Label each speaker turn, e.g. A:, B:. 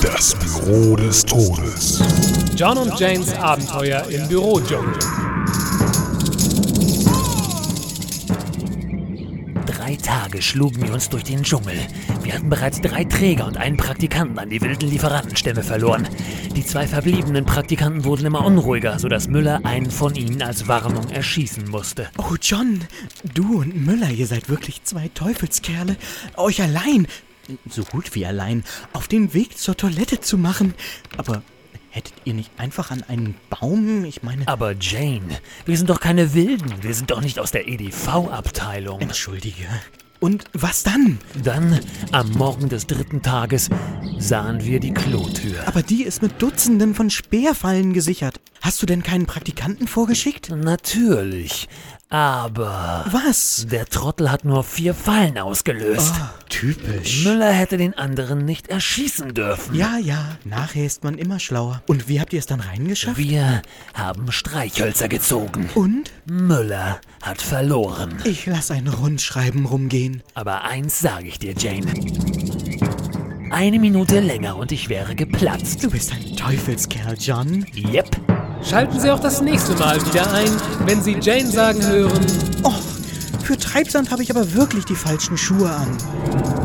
A: Das Büro des Todes.
B: John und Janes Abenteuer im Büro, John.
C: 3 Tage schlugen wir uns durch den Dschungel. Wir hatten bereits drei Träger und einen Praktikanten an die wilden Lieferantenstämme verloren. Die zwei verbliebenen Praktikanten wurden immer unruhiger, sodass Müller einen von ihnen als Warnung erschießen musste.
D: Oh, John, du und Müller, ihr seid wirklich zwei Teufelskerle. Euch allein, so gut wie allein, auf den Weg zur Toilette zu machen. Aber hättet ihr nicht einfach an einen Baum, ich meine...
C: Aber Jane, wir sind doch keine Wilden. Wir sind doch nicht aus der E EDV-Abteilung.
D: Entschuldige. Und was dann?
C: Dann, am Morgen des dritten Tages, sahen wir die Klotür.
D: Aber die ist mit Dutzenden von Speerfallen gesichert. Hast du denn keinen Praktikanten vorgeschickt?
C: Natürlich. Aber
D: Was? Ah,
C: der Trottel hat nur vier Fallen ausgelöst.
D: Typisch.
C: Müller hätte den anderen nicht erschießen dürfen.
D: Ja, ja, nachher ist man immer schlauer. Und wie habt ihr es dann reingeschafft?
C: Wir haben Streichhölzer gezogen.
D: Und?
C: Müller hat verloren.
D: Ich lass ein Rundschreiben rumgehen.
C: Aber eins sage ich dir, Jane. Eine Minute länger und ich wäre geplatzt.
D: Du bist ein Teufelskerl, John.
C: Yep.
B: Schalten Sie auch das nächste Mal wieder ein, wenn Sie Jane sagen hören.
D: Och, für Treibsand habe ich aber wirklich die falschen Schuhe an.